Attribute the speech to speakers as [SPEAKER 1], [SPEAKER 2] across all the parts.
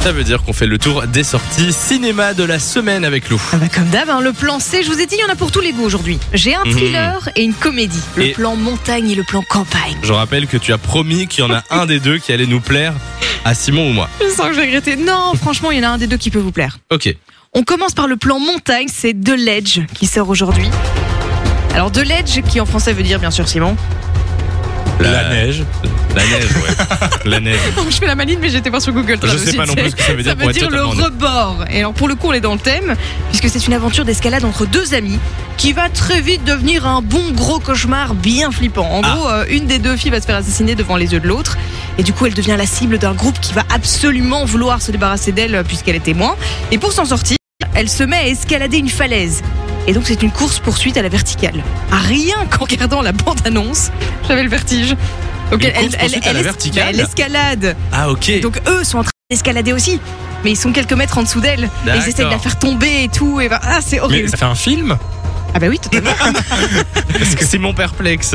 [SPEAKER 1] Ça veut dire qu'on fait le tour des sorties cinéma de la semaine avec Lou.
[SPEAKER 2] Ah bah comme d'hab, hein, le plan C, je vous ai dit, il y en a pour tous les goûts aujourd'hui. J'ai un thriller et une comédie. Le
[SPEAKER 1] Mhm. Et-
[SPEAKER 2] plan montagne et le plan campagne.
[SPEAKER 1] Je rappelle que tu as promis qu'il y en a un des deux qui allait nous plaire à Simon ou moi.
[SPEAKER 2] Je sens que je vais regretter. Non, franchement, il y en a un des deux qui peut vous plaire.
[SPEAKER 1] Ok.
[SPEAKER 2] On commence par le plan montagne, c'est The Ledge qui sort aujourd'hui. Alors The Ledge, qui en français veut dire bien sûr Simon.
[SPEAKER 1] La
[SPEAKER 3] neige.
[SPEAKER 1] La neige, ouais. la neige.
[SPEAKER 2] je fais la maline, mais j'étais pas sur Google.
[SPEAKER 1] Je
[SPEAKER 2] Trad
[SPEAKER 1] sais
[SPEAKER 2] aussi,
[SPEAKER 1] pas non
[SPEAKER 2] tu
[SPEAKER 1] plus ce que ça veut dire
[SPEAKER 2] Ça
[SPEAKER 1] pour
[SPEAKER 2] veut
[SPEAKER 1] être
[SPEAKER 2] dire le
[SPEAKER 1] totalement honnête.
[SPEAKER 2] rebord. Et alors pour le coup, on est dans le thème, puisque c'est une aventure d'escalade entre deux amis qui va très vite devenir un bon gros cauchemar bien flippant. En
[SPEAKER 1] Ah.
[SPEAKER 2] gros, euh, une des deux filles va se faire assassiner devant les yeux de l'autre. Et du coup, elle devient la cible d'un groupe qui va absolument vouloir se débarrasser d'elle euh, puisqu'elle est témoin. Et pour s'en sortir, elle se met à escalader une falaise. Et donc c'est une course-poursuite à la verticale. Ah, rien qu'en regardant la bande-annonce, j'avais le vertige. Donc
[SPEAKER 1] Une course-poursuite à la
[SPEAKER 2] es-
[SPEAKER 1] verticale
[SPEAKER 2] elle escalade
[SPEAKER 1] Ah, ok.
[SPEAKER 2] et Donc eux sont en train d'escalader aussi, mais ils sont quelques mètres en dessous d'elle. Et
[SPEAKER 1] D'accord.
[SPEAKER 2] Ils essaient de la faire tomber et tout. Et ben, ah, c'est
[SPEAKER 3] Mais
[SPEAKER 2] horrible.
[SPEAKER 3] ça fait un film
[SPEAKER 2] Ah bah oui, totalement.
[SPEAKER 1] Parce que Simon perplexe.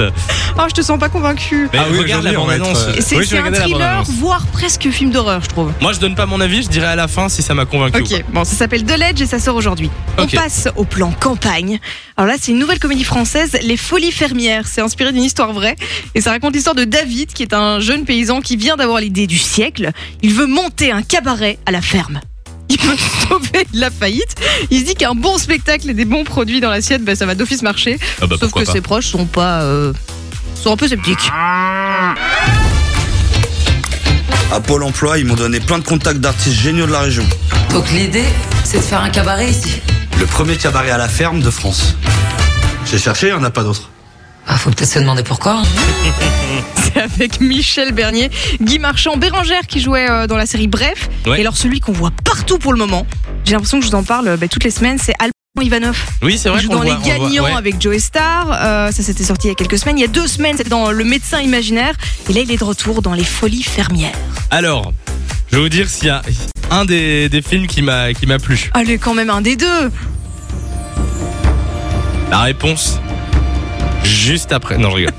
[SPEAKER 2] Ah, je te sens pas convaincu.
[SPEAKER 1] Mais
[SPEAKER 3] Ah oui,
[SPEAKER 1] regarde la
[SPEAKER 3] aujourd'hui, on va être,
[SPEAKER 1] bande-annonce.
[SPEAKER 3] euh,
[SPEAKER 2] C'est
[SPEAKER 1] Oui, je
[SPEAKER 2] c'est
[SPEAKER 1] vais
[SPEAKER 2] un
[SPEAKER 1] regarder la
[SPEAKER 2] thriller,
[SPEAKER 1] bande-annonce.
[SPEAKER 2] voire presque film d'horreur, je trouve.
[SPEAKER 1] Moi, je donne pas mon avis, je dirai à la fin si ça m'a convaincu. ou
[SPEAKER 2] Ok, bon, ça s'appelle The Ledge et ça sort aujourd'hui.
[SPEAKER 1] Ok.
[SPEAKER 2] On passe au plan campagne. Alors là, c'est une nouvelle comédie française, Les Folies Fermières. C'est inspiré d'une histoire vraie et ça raconte l'histoire de David, qui est un jeune paysan qui vient d'avoir l'idée du siècle. Il veut monter un cabaret à la ferme. Il veut sauver de la faillite. Il se dit qu'un bon spectacle et des bons produits dans l'assiette, ben, ça va d'office marcher.
[SPEAKER 1] pas. Ah bah,
[SPEAKER 2] Sauf
[SPEAKER 1] pourquoi
[SPEAKER 2] que
[SPEAKER 1] pas.
[SPEAKER 2] ses proches sont pas. euh, sont un peu sceptiques.
[SPEAKER 4] À Pôle emploi, ils m'ont donné plein de contacts d'artistes géniaux de la région.
[SPEAKER 5] Donc l'idée, c'est de faire un cabaret ici.
[SPEAKER 4] Le premier cabaret à la ferme de France. J'ai cherché, il n'y en a pas d'autre.
[SPEAKER 5] Bah, faut peut-être se demander pourquoi. hein.
[SPEAKER 2] C'est avec Michel Bernier, Guy Marchand, Bérangère qui jouait euh, dans la série Bref.
[SPEAKER 1] Ouais.
[SPEAKER 2] Et alors celui qu'on voit partout pour le moment, j'ai l'impression que je vous en parle bah, toutes les semaines, c'est Alban Ivanov.
[SPEAKER 1] Oui, c'est
[SPEAKER 2] Il
[SPEAKER 1] vrai
[SPEAKER 2] joue
[SPEAKER 1] qu'on
[SPEAKER 2] dans
[SPEAKER 1] le
[SPEAKER 2] Les
[SPEAKER 1] voit, on le voit,
[SPEAKER 2] Gagnants
[SPEAKER 1] ouais.
[SPEAKER 2] avec Joe Star. Euh, ça s'était sorti il y a quelques semaines. Il y a deux semaines, c'est dans Le Médecin Imaginaire. Et là, il est de retour dans Les Folies Fermières.
[SPEAKER 1] Alors, je vais vous dire s'il y a un des, des films qui m'a qui m'a plu.
[SPEAKER 2] Allez, Ah, quand même un des deux.
[SPEAKER 1] La réponse juste après. Non, je rigole.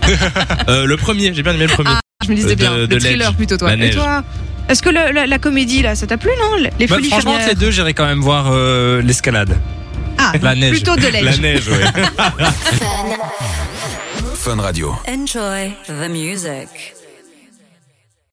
[SPEAKER 1] Euh, le premier, j'ai bien aimé le premier.
[SPEAKER 2] Ah, Je me disais
[SPEAKER 1] Euh,
[SPEAKER 2] bien,
[SPEAKER 1] de-
[SPEAKER 2] le
[SPEAKER 1] de
[SPEAKER 2] thriller
[SPEAKER 1] Ledge.
[SPEAKER 2] plutôt toi.
[SPEAKER 1] La
[SPEAKER 2] Et
[SPEAKER 1] neige.
[SPEAKER 2] toi Est-ce que le- la, la comédie là, ça t'a plu non Les
[SPEAKER 3] Bah,
[SPEAKER 2] Folies
[SPEAKER 3] Franchement,
[SPEAKER 2] Fermières.
[SPEAKER 3] ces deux, j'irai quand même voir euh, l'escalade.
[SPEAKER 2] Ah,
[SPEAKER 3] La neige.
[SPEAKER 2] plutôt de
[SPEAKER 3] La
[SPEAKER 2] l'Edge.
[SPEAKER 3] neige, ouais.
[SPEAKER 6] Fun Radio.
[SPEAKER 5] Enjoy the music.